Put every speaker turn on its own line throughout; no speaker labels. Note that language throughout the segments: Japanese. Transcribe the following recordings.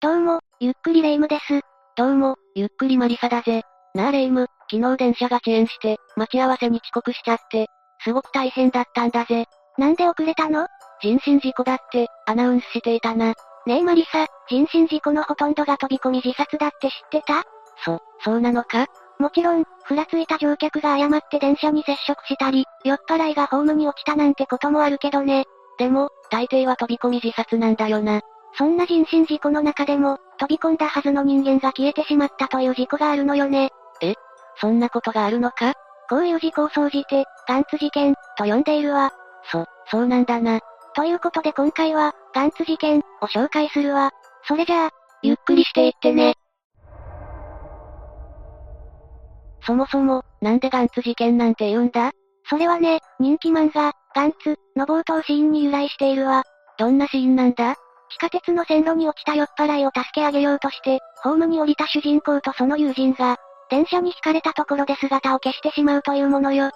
どうも、ゆっくりレ夢ムです。
どうも、ゆっくりマリサだぜ。なあレイム、昨日電車が遅延して、待ち合わせに遅刻しちゃって、すごく大変だったんだぜ。
なんで遅れたの
人身事故だって、アナウンスしていたな。
ねえマリサ、人身事故のほとんどが飛び込み自殺だって知ってた
そ、そうなのか
もちろん、ふらついた乗客が誤って電車に接触したり、酔っ払いがホームに落ちたなんてこともあるけどね。
でも、大抵は飛び込み自殺なんだよな。
そんな人身事故の中でも、飛び込んだはずの人間が消えてしまったという事故があるのよね。
そんなことがあるのか
こういう事故を総じて、ガンツ事件、と呼んでいるわ。
そ、そうなんだな。
ということで今回は、ガンツ事件、を紹介するわ。それじゃあ、
ゆっくりしていってね。そもそも、なんでガンツ事件なんて言うんだ
それはね、人気漫画、ガンツ、の冒頭シーンに由来しているわ。
どんなシーンなんだ
地下鉄の線路に落ちた酔っ払いを助け上げようとして、ホームに降りた主人公とその友人が、電車に惹かれたところで姿を消してしまうというものよ。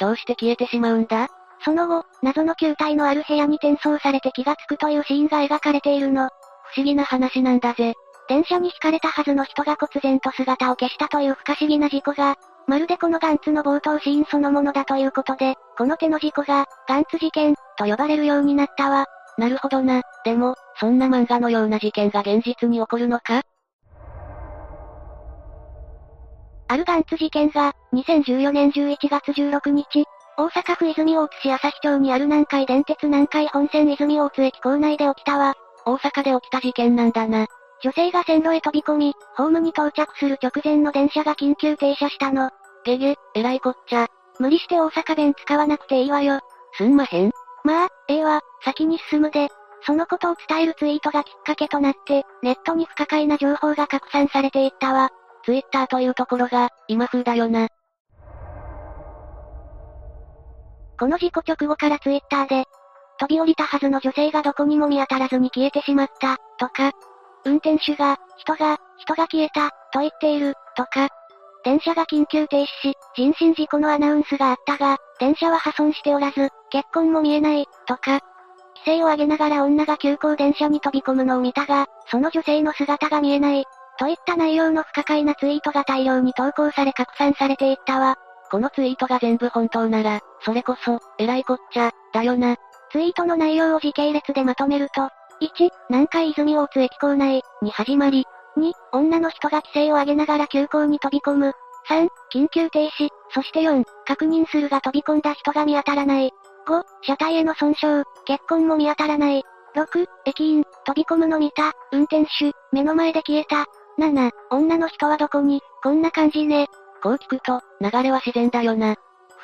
どうして消えてしまうんだ
その後、謎の球体のある部屋に転送されて気がつくというシーンが描かれているの。
不思議な話なんだぜ。
電車に惹かれたはずの人が忽然と姿を消したという不可思議な事故が、まるでこのガンツの冒頭シーンそのものだということで、この手の事故が、ガンツ事件、と呼ばれるようになったわ。
なるほどな。でも、そんな漫画のような事件が現実に起こるのか
あるガンツ事件が、2014年11月16日、大阪府泉大津市朝日町にある南海電鉄南海本線泉大津駅構内で起きたわ。
大阪で起きた事件なんだな。
女性が線路へ飛び込み、ホームに到着する直前の電車が緊急停車したの。
げげ、えらいこっちゃ。
無理して大阪弁使わなくていいわよ。
すんまへん。
まあ、ええわ、先に進むで。そのことを伝えるツイートがきっかけとなって、ネットに不可解な情報が拡散されていったわ。
ツイッターというところが、今風だよな。
この事故直後からツイッターで、飛び降りたはずの女性がどこにも見当たらずに消えてしまった、とか、運転手が、人が、人が消えた、と言っている、とか、電車が緊急停止し、人身事故のアナウンスがあったが、電車は破損しておらず、血痕も見えない、とか、規制を上げながら女が急行電車に飛び込むのを見たが、その女性の姿が見えない、といった内容の不可解なツイートが大量に投稿され拡散されていったわ。
このツイートが全部本当なら、それこそ、えらいこっちゃ、だよな。
ツイートの内容を時系列でまとめると、1、南海泉大津駅構内に始まり、2、女の人が規制を上げながら急行に飛び込む、3、緊急停止、そして4、確認するが飛び込んだ人が見当たらない、5、車体への損傷、血痕も見当たらない、6、駅員、飛び込むの見た、運転手、目の前で消えた、7、女の人はどこに、こんな感じね、
こう聞くと、流れは自然だよな。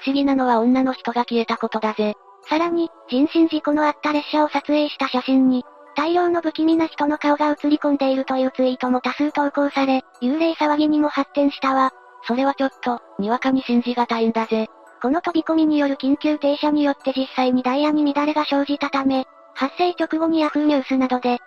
不思議なのは女の人が消えたことだぜ。
さらに、人身事故のあった列車を撮影した写真に、大量の不気味な人の顔が映り込んでいるというツイートも多数投稿され、幽霊騒ぎにも発展したわ。
それはちょっと、にわかに信じがたいんだぜ。
この飛び込みによる緊急停車によって実際にダイヤに乱れが生じたため、発生直後にヤフーニュースなどで、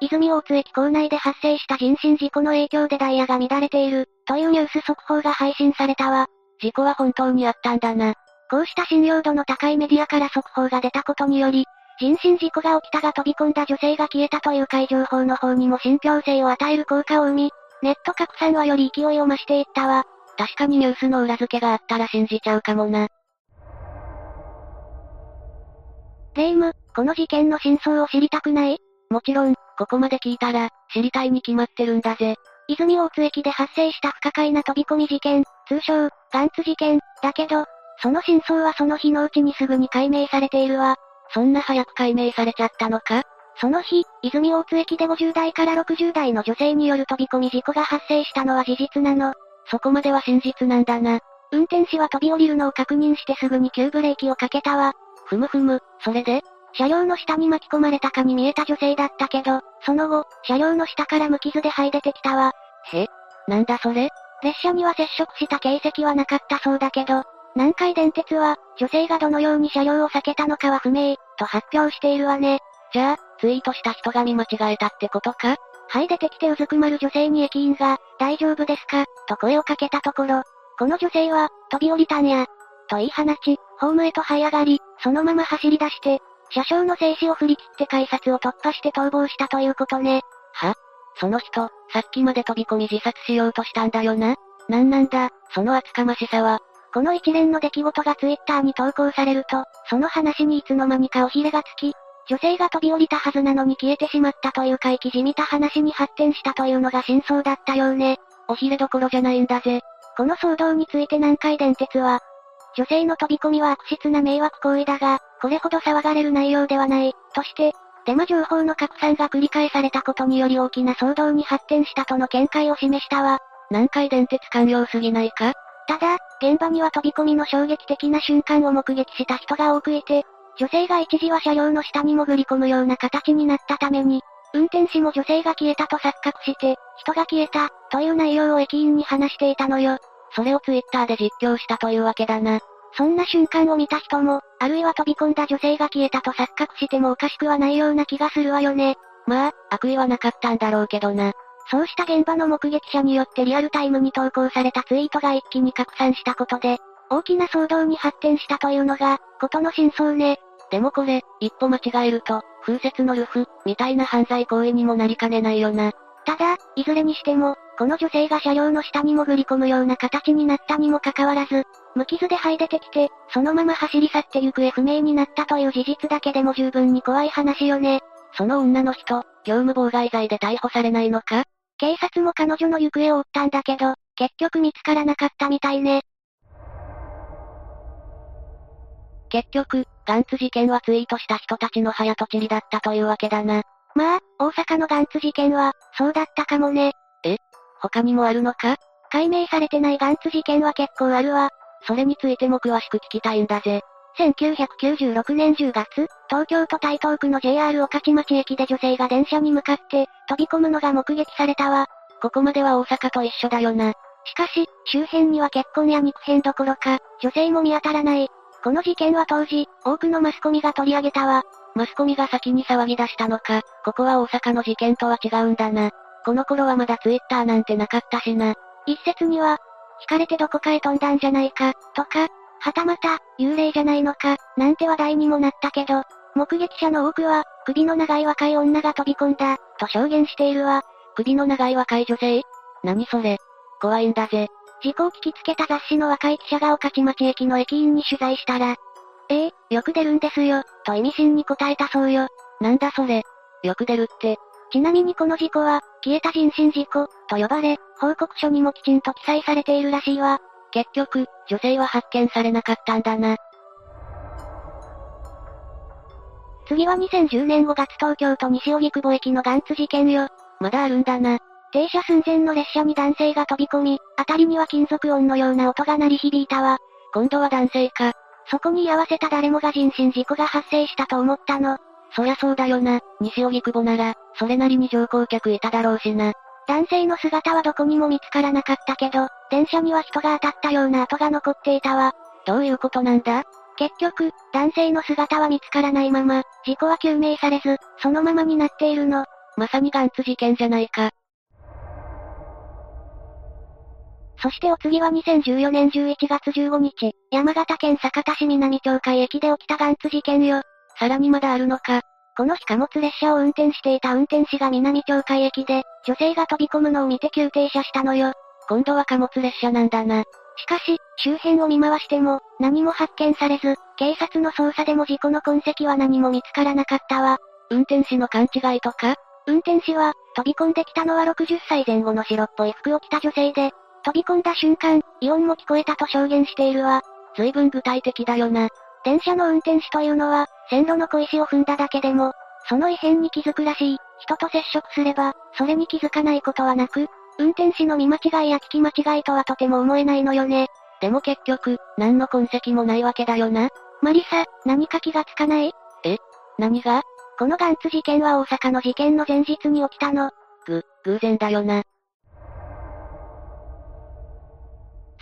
泉大津駅構内で発生した人身事故の影響でダイヤが乱れている、というニュース速報が配信されたわ。
事故は本当にあったんだな。
こうした信用度の高いメディアから速報が出たことにより、人身事故が起きたが飛び込んだ女性が消えたという解情報の方にも信憑性を与える効果を生み、ネット拡散はより勢いを増していったわ。
確かにニュースの裏付けがあったら信じちゃうかもな。
レイム、この事件の真相を知りたくない
もちろん、ここまで聞いたら、知りたいに決まってるんだぜ。
泉大津駅で発生した不可解な飛び込み事件、通称、ガンツ事件、だけど、その真相はその日のうちにすぐに解明されているわ。
そんな早く解明されちゃったのか
その日、泉大津駅で50代から60代の女性による飛び込み事故が発生したのは事実なの。
そこまでは真実なんだな。
運転士は飛び降りるのを確認してすぐに急ブレーキをかけたわ。
ふむふむ、それで
車両の下に巻き込まれたかに見えた女性だったけど、その後、車両の下から無傷で這い出てきたわ。
へなんだそれ
列車には接触した形跡はなかったそうだけど、南海電鉄は、女性がどのように車両を避けたのかは不明、と発表しているわね。
じゃあ、ツイートした人が見間違えたってことか
はい出てきてうずくまる女性に駅員が、大丈夫ですか、と声をかけたところ、この女性は、飛び降りたんや、と言い放ち、ホームへと這い上がり、そのまま走り出して、車掌の制止を振り切って改札を突破して逃亡したということね。
その人、さっきまで飛び込み自殺しようとしたんだよな。なんなんだ、その厚かましさは。
この一連の出来事がツイッターに投稿されると、その話にいつの間にかおひれがつき、女性が飛び降りたはずなのに消えてしまったという怪奇じみた話に発展したというのが真相だったようね。
おひれどころじゃないんだぜ。
この騒動について南海電鉄は、女性の飛び込みは悪質な迷惑行為だが、これほど騒がれる内容ではない、として、デマ情報の拡散が繰り返されたことにより大きな騒動に発展したとの見解を示したわ。
南海電鉄官僚すぎないか
ただ、現場には飛び込みの衝撃的な瞬間を目撃した人が多くいて、女性が一時は車両の下に潜り込むような形になったために、運転手も女性が消えたと錯覚して、人が消えた、という内容を駅員に話していたのよ。
それをツイッターで実況したというわけだな。
そんな瞬間を見た人も、あるいは飛び込んだ女性が消えたと錯覚してもおかしくはないような気がするわよね。
まあ、悪意はなかったんだろうけどな。
そうした現場の目撃者によってリアルタイムに投稿されたツイートが一気に拡散したことで、大きな騒動に発展したというのが、ことの真相ね。
でもこれ、一歩間違えると、風雪のルフ、みたいな犯罪行為にもなりかねないよな。
ただ、いずれにしても、この女性が車両の下に潜り込むような形になったにもかかわらず、無傷で這い出てきて、そのまま走り去って行方不明になったという事実だけでも十分に怖い話よね。
その女の人、業務妨害罪で逮捕されないのか
警察も彼女の行方を追ったんだけど、結局見つからなかったみたいね。
結局、ガンツ事件はツイートした人たちの早とちりだったというわけだな。
まあ、大阪のガンツ事件は、そうだったかもね。
他にもあるのか
解明されてないガンツ事件は結構あるわ。
それについても詳しく聞きたいんだぜ。
1996年10月、東京都台東区の JR 御徒町駅で女性が電車に向かって、飛び込むのが目撃されたわ。
ここまでは大阪と一緒だよな。
しかし、周辺には結婚や肉片どころか、女性も見当たらない。この事件は当時、多くのマスコミが取り上げたわ。
マスコミが先に騒ぎ出したのか、ここは大阪の事件とは違うんだな。この頃はまだツイッターなんてなかったしな。
一説には、惹かれてどこかへ飛んだんじゃないか、とか、はたまた、幽霊じゃないのか、なんて話題にもなったけど、目撃者の多くは、首の長い若い女が飛び込んだ、と証言しているわ。
首の長い若い女性何それ怖いんだぜ。
事故を聞きつけた雑誌の若い記者が御徒町駅の駅員に取材したら、ええよく出るんですよ、と意味深に答えたそうよ。
なんだそれ。よく出るって、
ちなみにこの事故は、消えた人身事故、と呼ばれ、報告書にもきちんと記載されているらしいわ。
結局、女性は発見されなかったんだな。
次は2010年5月東京都西荻窪駅のガンツ事件よ。
まだあるんだな。
停車寸前の列車に男性が飛び込み、あたりには金属音のような音が鳴り響いたわ。
今度は男性か。
そこに居合わせた誰もが人身事故が発生したと思ったの。
そりゃそうだよな。西荻窪なら、それなりに乗降客いただろうしな。
男性の姿はどこにも見つからなかったけど、電車には人が当たったような跡が残っていたわ。
どういうことなんだ
結局、男性の姿は見つからないまま、事故は究明されず、そのままになっているの。
まさにガンツ事件じゃないか。
そしてお次は2014年11月15日、山形県酒田市南町海駅で起きたガンツ事件よ。
さらにまだあるのか。
この日貨物列車を運転していた運転士が南町海駅で、女性が飛び込むのを見て急停車したのよ。
今度は貨物列車なんだな。
しかし、周辺を見回しても、何も発見されず、警察の捜査でも事故の痕跡は何も見つからなかったわ。
運転士の勘違いとか
運転士は、飛び込んできたのは60歳前後の白っぽい服を着た女性で、飛び込んだ瞬間、異音も聞こえたと証言しているわ。
随分具体的だよな。
電車の運転手というのは、線路の小石を踏んだだけでも、その異変に気づくらしい。人と接触すれば、それに気づかないことはなく、運転士の見間違いや聞き間違いとはとても思えないのよね。
でも結局、何の痕跡もないわけだよな。
マリサ、何か気がつかない
何が
このガンツ事件は大阪の事件の前日に起きたの。
ぐ、偶然だよな。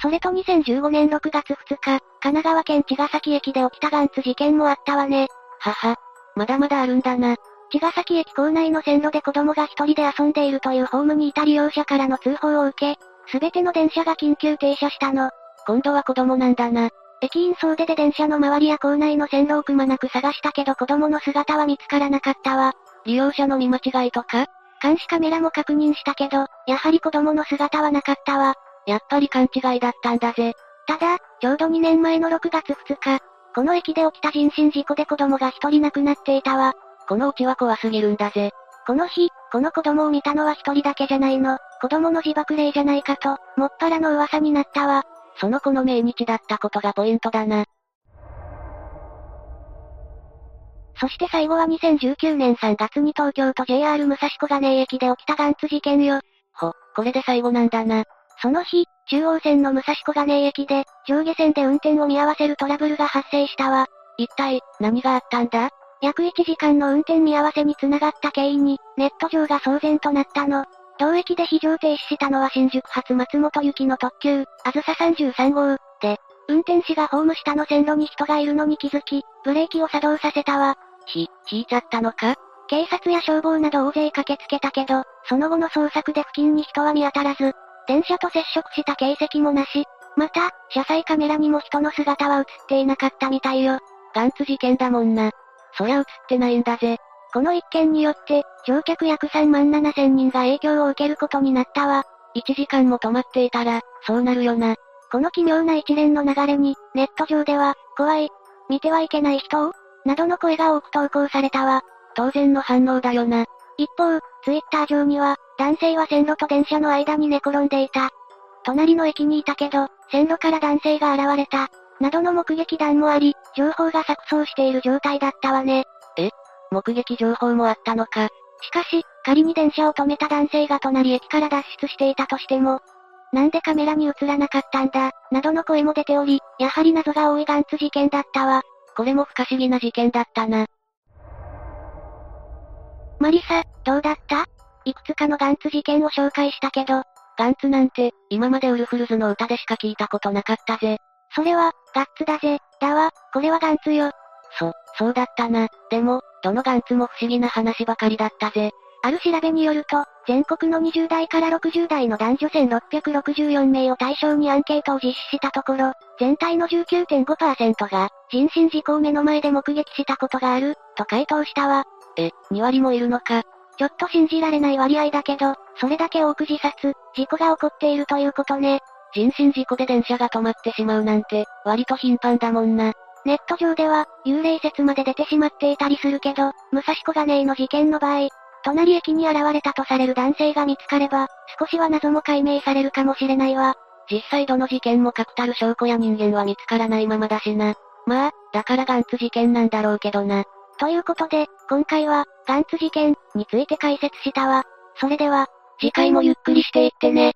それと2015年6月2日、神奈川県茅ヶ崎駅で起きたガンツ事件もあったわね。
はは。まだまだあるんだな。
茅ヶ崎駅構内の線路で子供が一人で遊んでいるというホームにいた利用者からの通報を受け、すべての電車が緊急停車したの。
今度は子供なんだな。
駅員総出で電車の周りや構内の線路をくまなく探したけど子供の姿は見つからなかったわ。
利用者の見間違いとか
監視カメラも確認したけど、やはり子供の姿はなかったわ。
やっぱり勘違いだったんだぜ。
ただ、ちょうど2年前の6月2日、この駅で起きた人身事故で子供が一人亡くなっていたわ。
このうちは怖すぎるんだぜ。
この日、この子供を見たのは一人だけじゃないの。子供の自爆霊じゃないかと、もっぱらの噂になったわ。
その子の命日だったことがポイントだな。
そして最後は2019年3月に東京都 JR 武蔵小金井駅で起きたガンツ事件よ。
ほ、これで最後なんだな。
その日、中央線の武蔵小金井駅で、上下線で運転を見合わせるトラブルが発生したわ。
一体、何があったんだ
約1時間の運転見合わせに繋がった経緯に、ネット上が騒然となったの。同駅で非常停止したのは新宿発松本行きの特急、あずさ33号、で、運転士がホーム下の線路に人がいるのに気づき、ブレーキを作動させたわ。
ひ、引いちゃったのか
警察や消防など大勢駆けつけたけど、その後の捜索で付近に人は見当たらず、電車と接触した形跡もなし。また、車載カメラにも人の姿は映っていなかったみたいよ。
ガンツ事件だもんな。そりゃ映ってないんだぜ。
この一件によって、乗客約3万7千人が影響を受けることになったわ。
1時間も止まっていたら、そうなるよな。
この奇妙な一連の流れに、ネット上では、怖い、見てはいけない人を、などの声が多く投稿されたわ。
当然の反応だよな。
一方、ツイッター上には、男性は線路と電車の間に寝転んでいた。隣の駅にいたけど、線路から男性が現れた。などの目撃談もあり、情報が錯綜している状態だったわね。
え目撃情報もあったのか。
しかし、仮に電車を止めた男性が隣駅から脱出していたとしても、なんでカメラに映らなかったんだ、などの声も出ており、やはり謎が多いガンツ事件だったわ。
これも不可思議な事件だったな。
マリサ、どうだったいくつかのガンツ事件を紹介したけど、
ガンツなんて、今までウルフルズの歌でしか聞いたことなかったぜ。
それは、ガッツだぜ、だわ、これはガンツよ。
そ、そうだったな。でも、どのガンツも不思議な話ばかりだったぜ。
ある調べによると、全国の20代から60代の男女1664名を対象にアンケートを実施したところ、全体の19.5%が、人身事故を目の前で目撃したことがある、と回答したわ。
え、2割もいるのか。
ちょっと信じられない割合だけど、それだけ多く自殺、事故が起こっているということね。
人身事故で電車が止まってしまうなんて、割と頻繁だもんな。
ネット上では、幽霊説まで出てしまっていたりするけど、武蔵小金井の事件の場合、隣駅に現れたとされる男性が見つかれば、少しは謎も解明されるかもしれないわ。
実際どの事件も確たる証拠や人間は見つからないままだしな。まあ、だからガンツ事件なんだろうけどな。
ということで、今回は、ガンツ事件について解説したわ。それでは、
次回もゆっくりしていってね。